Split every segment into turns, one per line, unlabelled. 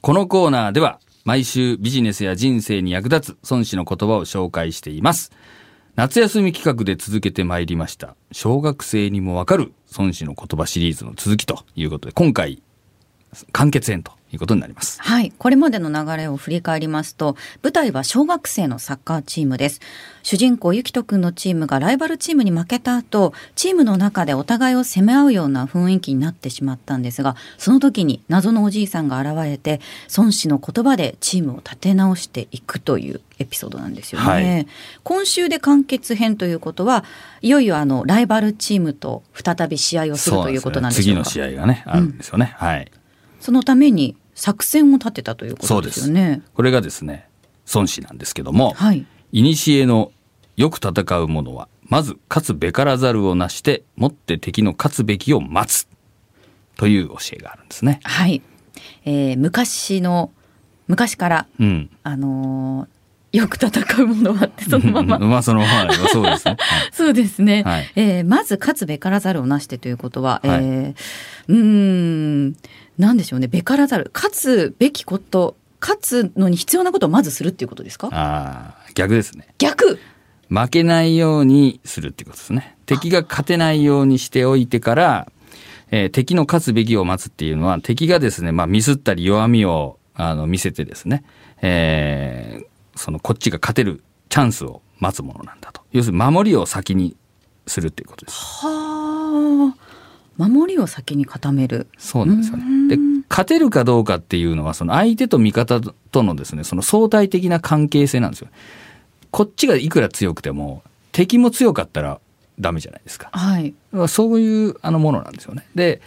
このコーナーでは毎週ビジネスや人生に役立つ孫子の言葉を紹介しています。夏休み企画で続けてまいりました。小学生にもわかる孫子の言葉シリーズの続きということで、今回完結編ということになります。
はい。これまでの流れを振り返りますと、舞台は小学生のサッカーチームです。主人公ゆきとくんのチームがライバルチームに負けた後、チームの中でお互いを責め合うような雰囲気になってしまったんですが、その時に謎のおじいさんが現れて、孫子の言葉でチームを立て直していくというエピソードなんですよね。はい、今週で完結編ということはいよいよあのライバルチームと再び試合をするということなんです
ね、次の試合がねあるんですよね。うん、はい。
そのために作戦を立てたということですよね。
これがですね孫子なんですけども、はい、古のよく戦う者はまず勝つべからざるをなしてもって敵の勝つべきを待つという教えがあるんですね。
はい。えー、昔の昔から、うん、あのーよく戦うも のはってそのまま
まあそのままそうです ね。はい、
そうですね。はい、えー、まず勝つべからざるをなしてということは、はい、えー、うんなんでしょうねべからざる勝つべきこと勝つのに必要なことをまずするっていうことですか？
ああ逆ですね。
逆。
負けないようにするっていうことですね。敵が勝てないようにしておいてから、えー、敵の勝つべきを待つっていうのは敵がですねまあミスったり弱みをあの見せてですね。えーそのこっちが勝てるチャンスを待つものなんだと。要するに守りを先にするということです。
はあ。守りを先に固める。
そうなんですよね。で、勝てるかどうかっていうのは、その相手と味方とのですね、その相対的な関係性なんですよ。こっちがいくら強くても、敵も強かったらダメじゃないですか。
はい。
そういうあのものなんですよね。で、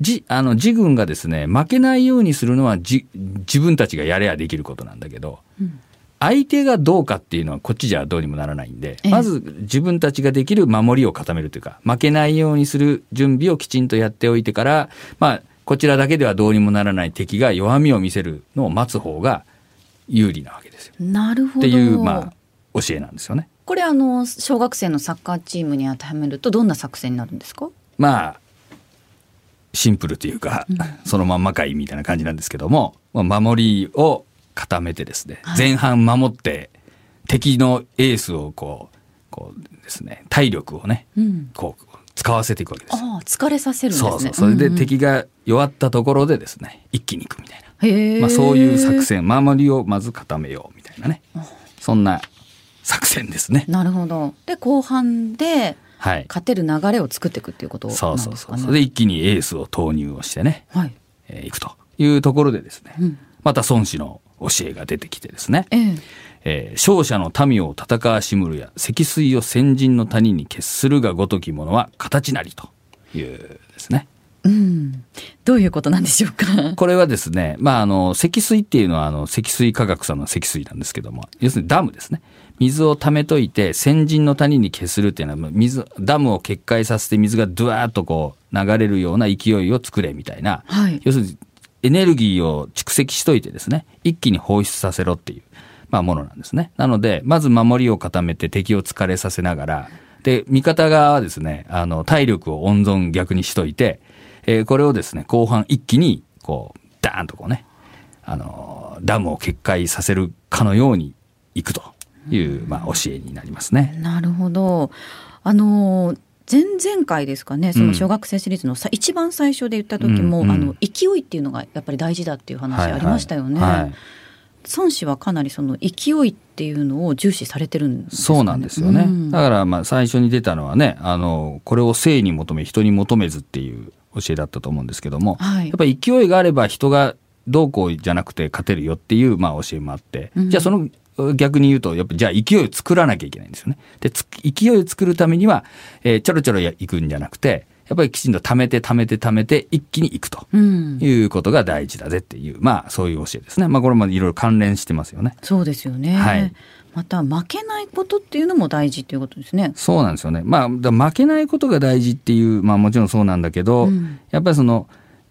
じ、あの、自軍がですね、負けないようにするのはじ、自分たちがやれやできることなんだけど、うん相手がどうかっていうのはこっちじゃどうにもならないんで、まず自分たちができる守りを固めるというか、負けないようにする準備をきちんとやっておいてから、まあ、こちらだけではどうにもならない敵が弱みを見せるのを待つ方が有利なわけですよ。
なるほ
ど。っていう、まあ、教えなんですよね。
これあの、小学生のサッカーチームに当てはめるとどんな作戦になるんですか
まあ、シンプルというか、そのまんまかいみたいな感じなんですけども、まあ、守りを固めてですね、前半守って敵のエースをこうこうですね体力をね、うん、こう使わせていくわけです
あ疲れさせる、ね、
そうそうそれで敵が弱ったところでですね一気にいくみたいな、まあ、そういう作戦守りをまず固めようみたいなねそんな作戦ですね。
なるほどで後半で勝てる流れを作っていくっていうこと、ねはい、
そうそうそうそれで一気にエースを投入をしてね、
はい
えー、いくというところでですね、うん、また孫子の教えが出てきてですね、えー、えー、勝者の民を戦わしむるや積水を先人の谷に決するがごときものは形なりというですね。
うん、どういうことなんでしょうか
これはですね、まあ、あの積水っていうのはあの積水科学さんの積水なんですけども要するにダムですね水を溜めといて先人の谷に決するっていうのは水ダムを決壊させて水がドゥワーッとこう流れるような勢いを作れみたいな、
はい、
要するにエネルギーを蓄積しといてですね、一気に放出させろっていう、まあ、ものなんですね。なので、まず守りを固めて敵を疲れさせながら、で、味方側はですね、あの、体力を温存逆にしといて、えー、これをですね、後半一気に、こう、ダーンとこうね、あの、ダムを決壊させるかのようにいくという、まあ、教えになりますね。、
なるほど。あのー前々回ですかねその小学生シリーズのさ、うん、一番最初で言った時も、うんうん、あの勢いっていうのがやっぱり大事だっていう話ありましたよね。はいはいはい、孫子はかなりその勢いっていうのを重視されてるんです
ね、そうなんですよね、うん、だからまあ最初に出たのはねあのこれを性に求め人に求めずっていう教えだったと思うんですけども、はい、やっぱり勢いがあれば人がどうこうじゃなくて勝てるよっていうまあ教えもあって、うん、じゃあその逆に言うと、やっぱじゃあ勢いを作らなきゃいけないんですよね。で、勢いを作るためには、えー、ちょろちょろ行くんじゃなくて、やっぱりきちんと貯めて貯めて貯めて一気に行くと、うん、いうことが大事だぜっていう、まあそういう教えですね。まあこれもいろいろ関連してますよね。
そうですよね。
はい。
また負けないことっていうのも大事っていうことですね。
そうなんですよね。まあ負けないことが大事っていう、まあもちろんそうなんだけど、うん、やっぱりその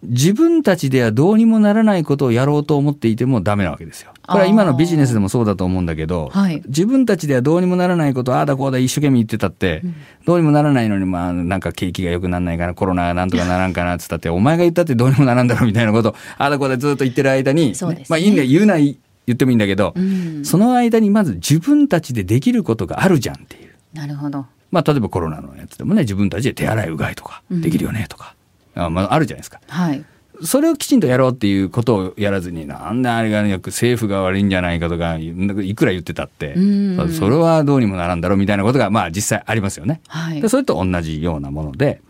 自分たちではどうにもならないことをやろうと思っていてもダメなわけですよ。これは今のビジネスでもそうだと思うんだけど、
はい
自分たちではどうにもならないことをああだこうだ一生懸命言ってたって、どうにもならないのに、まあ、なんか景気が良くならないかな、コロナがなんとかならんかなって言ったって、お前が言ったってどうにもならんだろうみたいなことをああだこうだずっと言ってる間に、
そうですね
まあいいんだよ、言うな、言ってもいいんだけど、
うん、
その間にまず自分たちでできることがあるじゃんっていう。
なるほど。
まあ、例えばコロナのやつでもね自分たちで手洗いうがいとか
うん
できるよねとか、あまあ、あるじゃないですか
はい。
それをきちんとやろうっていうことをやらずになんであれがねよく政府が悪いんじゃないかとかいくら言ってたって
うん
それはどうにもならんだろうみたいなことがまあ実際ありますよね。
はい
で。それと同じようなもので、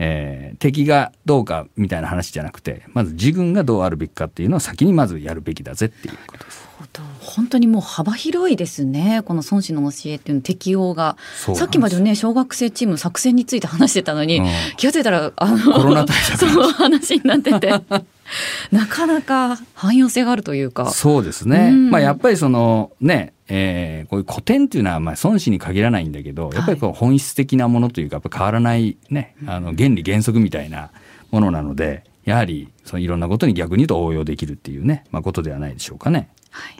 えー敵がどうかみたいな話じゃなくてまず自軍がどうあるべきかっていうのを先にまずやるべきだぜっていう ことです。
本当にもう幅広いですね、この孫子の教えっていうの適用が、
そう
さっきまでね、小学生チームの作戦について話してたのに、
うん
気がついたら、あの
コロナ対策
その話になって て、なかなか汎用性があるというか、
そうですね。
うん
まあやっぱりそのね、えーこういう古典っていうのはまあ孫子に限らないんだけど、やっぱりこう本質的なものというかやっぱ変わらないね、あの原理原則みたいなものなので、やはりそのいろんなことに逆に言うと応用できるっていうね、まあことではないでしょうかね。
はい